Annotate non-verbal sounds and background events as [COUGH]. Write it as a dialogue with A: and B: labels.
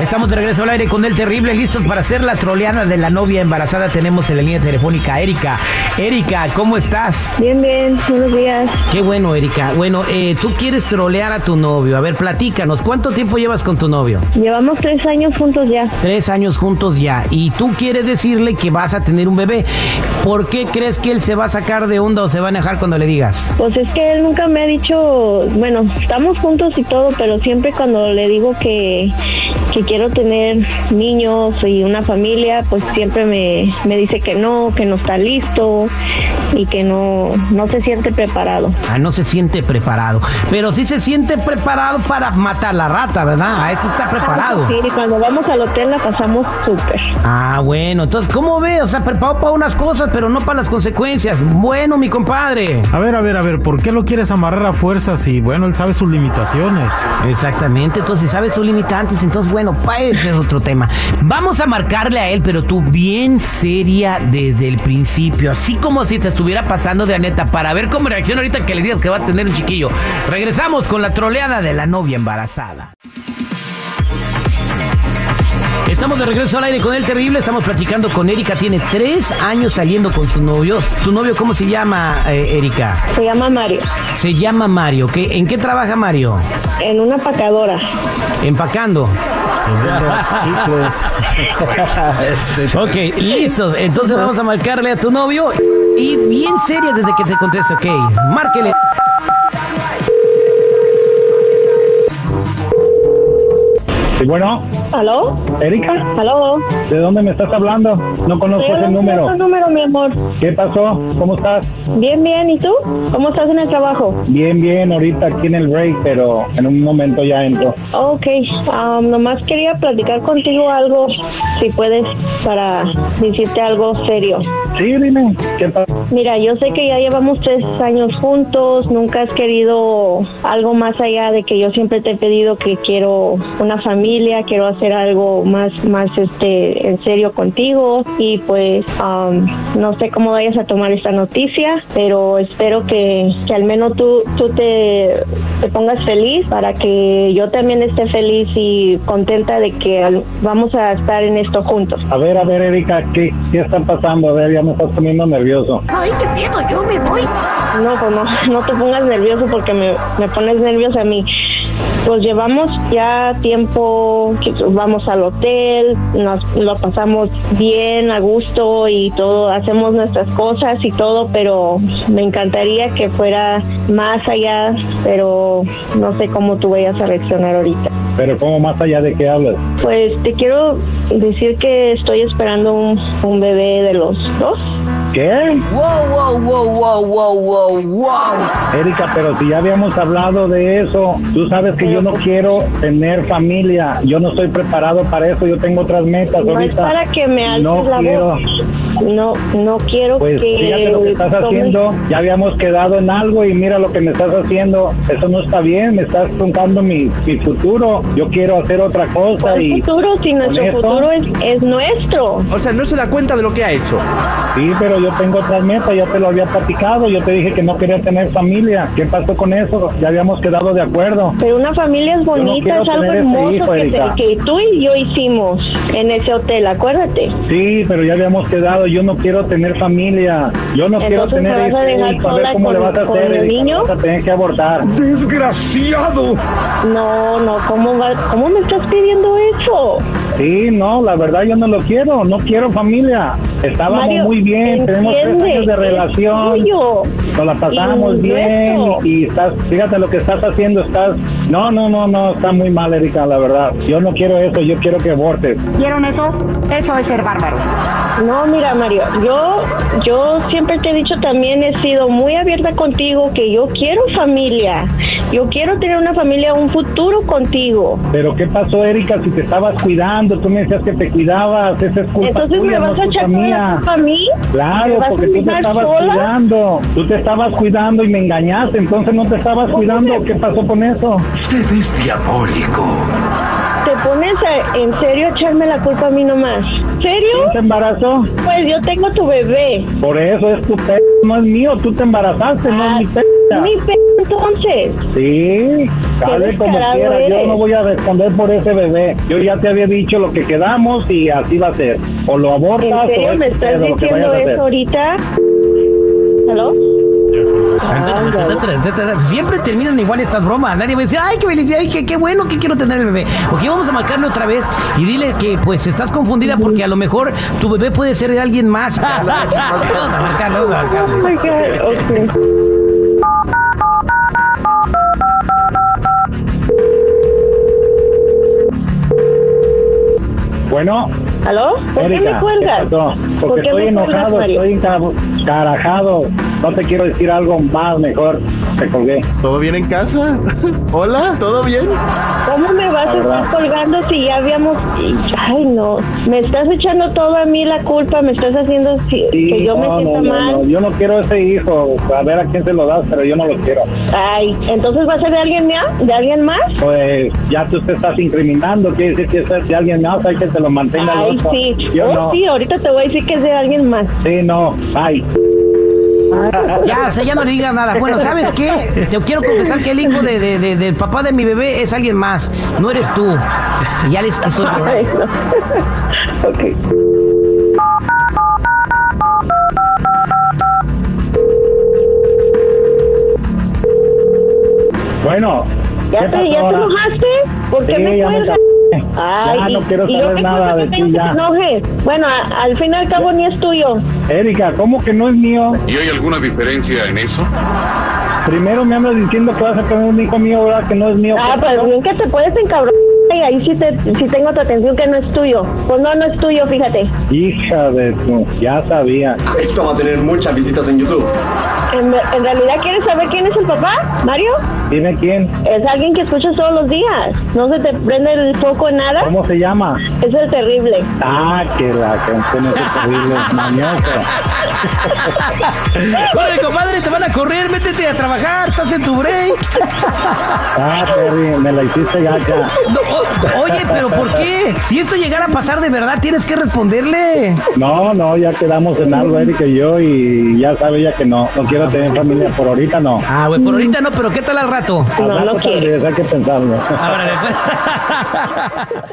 A: Estamos de regreso al aire con el terrible, listos para hacer la troleada de la novia embarazada. Tenemos en la línea telefónica a Erika. Erika, ¿cómo estás?
B: Bien, bien, buenos días.
A: Qué bueno, Erika. Bueno, eh, tú quieres trolear a tu novio. A ver, platícanos, ¿cuánto tiempo llevas con tu novio?
B: Llevamos tres años juntos ya.
A: Tres años juntos ya. Y tú quieres decirle que vas a tener un bebé. ¿Por qué crees que él se va a sacar de onda o se va a enojar cuando le digas?
B: Pues es que él nunca me ha dicho, bueno, estamos juntos y todo, pero siempre cuando le digo que, que quiero tener niños y una familia, pues siempre me, me dice que no, que no está listo y que no, no se siente preparado.
A: Ah, no se siente preparado. Pero sí se siente preparado para matar la rata, ¿verdad? A eso está preparado.
B: Sí, y cuando vamos al hotel la pasamos súper.
A: Ah, bueno, entonces, ¿cómo ve? O sea, preparado para unas cosas, pero no para las consecuencias. Bueno, mi compadre.
C: A ver, a ver, a ver, ¿por qué lo quieres amarrar a fuerza si, bueno, él sabe sus limitaciones?
A: Exactamente, entonces, si sabes sus limitantes, entonces, bueno, pa, ese es otro tema. Vamos a marcarle a él, pero tú bien seria desde el principio, así como si te estuviera pasando de Aneta, para ver cómo reacciona ahorita que le digas que va a tener un chiquillo. Regresamos con la troleada de la novia embarazada. Estamos de regreso al aire con el terrible. Estamos platicando con Erika. Tiene tres años saliendo con su novio. ¿Tu novio cómo se llama, eh, Erika?
B: Se llama Mario,
A: Se llama Mario. ¿qué? ¿En qué trabaja Mario?
B: en una pacadora.
A: Empacando.
C: Les vendo chicles. Este,
A: Ok, listos. Entonces vamos a marcarle a tu novio. Y bien seria desde que te conteste, ok. Márquele.
D: Y bueno,
B: ¿Aló?
D: Erika,
B: ¿Aló?
D: ¿de dónde me estás hablando? No conozco
B: Estoy
D: ese
B: hablando de
D: pues número.
B: otro número, mi amor.
D: ¿Qué pasó? ¿Cómo estás?
B: Bien, bien, ¿y tú? ¿Cómo estás en el trabajo?
D: Bien, bien, ahorita aquí en el break, pero en un momento ya entro.
B: Ok, ah, nomás quería platicar contigo algo, si puedes, para decirte algo serio.
D: Sí, dime, ¿qué pasa?
B: Mira, yo sé que ya llevamos tres años juntos, nunca has querido algo más allá de que yo siempre te he pedido que quiero una familia, quiero hacer algo más, más este, en serio contigo y pues am, no sé cómo vayas a tomar esta noticia, pero espero que, que al menos tú, tú te, te pongas feliz para que yo también esté feliz y contenta de que al- vamos a estar en esto juntos.
D: A ver, a ver, Erika, ¿qué, ¿qué está pasando? A ver, ya me estás poniendo nervioso.
E: Ay, qué miedo, yo me voy.
B: No, pues no, no te pongas nervioso porque me, me pones nerviosa a mí. Pues llevamos ya tiempo, que vamos al hotel, nos lo pasamos bien, a gusto y todo, hacemos nuestras cosas y todo, pero me encantaría que fuera más allá, pero no sé cómo tú vayas a reaccionar ahorita.
D: Pero ¿cómo más allá de qué hablas?
B: Pues te quiero decir que estoy esperando un, un bebé de los dos.
D: ¿Qué?
A: Wow, wow, wow, wow, wow, wow, wow.
D: Erika, pero si ya habíamos hablado de eso, tú sabes que yo no quiero tener familia, yo no estoy preparado para eso, yo tengo otras metas
B: No es
D: ahorita.
B: para que me alces
D: No
B: la
D: quiero.
B: voz. No, no quiero
D: Pues
B: que.
D: fíjate lo que estás
B: tomes-
D: haciendo, ya habíamos quedado en algo y mira lo que me estás haciendo, eso no está bien, me estás truncando mi, mi futuro, yo quiero hacer otra cosa
B: ¿Cuál
D: y
B: futuro si nuestro
D: esto-
B: futuro es, es nuestro?
F: O sea, no se da cuenta de lo que ha hecho.
D: sí, pero yo tengo otras metas, ya te lo había platicado, yo te dije que no quería tener familia, ¿qué pasó con eso? Ya habíamos quedado de acuerdo.
B: Pero una familia es bonita,
D: quiero
B: es algo
D: tener ese
B: hermoso
D: hijo,
B: que, se-
D: Erika.
B: que tú y yo hicimos en ese hotel, acuérdate.
D: Sí, pero ya habíamos quedado, yo no quiero tener familia, yo no quiero
B: Entonces, ¿me
D: tener
B: vas a
D: ese
B: dejar
D: hijo, a
B: sola
D: ver cómo le
B: con-
D: vas a
B: con
D: hacer,
B: el
D: Erika,
B: niño?
D: vas a tener que abortar.
B: No, no, ¿cómo, va- ¿cómo me estás pidiendo eso?
D: Sí, no, la verdad yo no lo quiero, no quiero familia. Estábamos
B: Mario,
D: muy bien, tenemos tres
B: entiende,
D: años de
B: es
D: relación,
B: tuyo.
D: nos la pasamos
B: Y
D: bien
B: nuestro.
D: y estás, fíjate lo que estás haciendo, estás, no, no, no, no, está muy mal, Erika, la verdad. Yo no quiero eso, yo quiero que abortes.
E: ¿Vieron eso? Eso es ser bárbaro.
B: No, mira, Mario, yo, yo siempre te he dicho también, he sido muy abierta contigo que yo quiero familia. Yo quiero tener una familia, un futuro contigo.
D: Pero ¿qué pasó, Erika, si te estabas cuidando? Tú me decías que te cuidabas, esa es culpa
B: Entonces, ¿me
D: tuya, no
B: vas a
D: culpa
B: echar toda la
D: mía.
B: culpa a mí? ¿Me
D: Claro,
B: vas a
D: porque tú te
B: dejar
D: estabas
B: sola?
D: cuidando, tú te estabas cuidando y me engañaste, entonces no te estabas cuidando, ¿qué pasó con eso?
B: ¿Te pones a- en serio a echarme la culpa a mí nomás? ¿Serio?
D: ¿Quién te embarazó?
B: Pues yo tengo tu bebé.
D: Por eso es tu p no es mío, tú te embarazaste, no es mi p.
B: Ah, Mi p entonces.
D: Sí,
B: Qué
D: dale como
B: descarado
D: quieras, yo
B: eres.
D: no voy a responder por ese bebé. Yo ya te había dicho lo que quedamos y así va a ser. O lo abortas
B: ¿En
D: o
B: serio
D: es
B: me
D: tu
B: estás
D: pedo lo que vayas
B: diciendo
D: a hacer.
B: eso ahorita? ¿Aló?
F: Ah,
A: Siempre terminan igual estas bromas. Nadie va a decir, ay, qué felicidad, ay, qué, qué bueno que quiero tener el bebé. Ok, vamos a marcarle otra vez y dile que pues estás confundida porque a lo mejor tu bebé puede ser de alguien más. [LAUGHS] vamos a marcarle, vamos a marcarle.
B: Oh my God, okay.
D: Bueno,
B: ¿Aló? ¿Por qué
D: Erika,
B: me cuelgas?
D: ¿qué pasó? Porque
B: ¿Por qué
D: estoy
B: me cuelgas,
D: enojado,
B: Mario?
D: estoy encab- carajado. No te quiero decir algo más, mejor te colgué.
G: ¿Todo bien en casa? [LAUGHS] Hola, ¿todo bien?
B: ¿Cómo me vas a
D: verdad.
B: estar colgando si ya habíamos... Ay, no. Me estás echando todo a mí la culpa, me estás haciendo si-
D: Sí,
B: que yo me
D: no, no,
B: sienta
D: no,
B: mal.
D: no, yo no quiero ese hijo. A ver a quién se lo das, pero yo no lo quiero.
B: Ay, ¿entonces va a ser de alguien más? ¿De alguien más?
D: Pues ya tú te estás incriminando, quiere decir que es de alguien más, hay que te lo mantenga el
B: Ay,
D: otro.
B: sí.
D: Yo
B: oh,
D: no.
B: sí, ahorita te voy a decir que es de alguien más.
D: Sí, no. Ay,
A: Ya, o sea, ya no le digas nada. Bueno, ¿sabes qué? Te quiero confesar que el hijo de, de- de- del papá de mi bebé es alguien más. No eres tú. Y ya les quiso llorar.
B: Ay, no. ok.
D: bueno. ¿qué
B: ¿Ya
D: pasó
B: te, ¿ya te
D: ahora?
B: enojaste? ¿Por qué
D: Sí,
B: me
D: ya me
B: cuelgas?
D: cansé.
B: Ay,
D: Ya
B: y-
D: no quiero
B: y yo
D: saber
B: qué
D: nada
B: cosa
D: de
B: que
D: ti,
B: tengo que
D: ya.
B: te enojes? Bueno, a- al fin y al cabo ni es tuyo.
D: Erika, ¿cómo que no es mío?
H: ¿Y hay alguna diferencia en eso?
D: Primero me andas diciendo que vas a tener un hijo mío, ¿verdad? Que no es mío.
B: Ah,
D: ¿Qué
B: pues
D: pasó?
B: bien que te puedes encabronar y ahí sí, te, sí tengo tu atención que no es tuyo. Pues no, no es tuyo, fíjate.
D: Hija de tu, ya sabía.
G: Esto va a tener muchas visitas en YouTube.
B: ¿En, ver- en realidad quieres saber quién es el papá, Mario?
D: Dime quién,
B: Es alguien que escuchas todos los días. No se te prende el foco en nada.
D: ¿cómo se llama?
B: Es el terrible.
D: Ah, que la canción es terrible, mañosa.
A: Órale, compadre, te van a correr. Métete a trabajar. Estás en tu break.
D: Ah, Terry, me la hiciste gacha.
A: No, o- oye, pero ¿por qué? Si esto llegara a pasar de verdad, tienes que responderle.
D: No, no, ya quedamos en algo, Erika y yo, y ya sabía que no. No quiero tener familia por ahorita, no.
A: Ah, güey, por ahorita no, pero ¿qué tal al rato?
B: No, no
D: Habrá
B: quiere.
A: pues. [LAUGHS]
D: Hay que pensarlo.
A: Ahora después.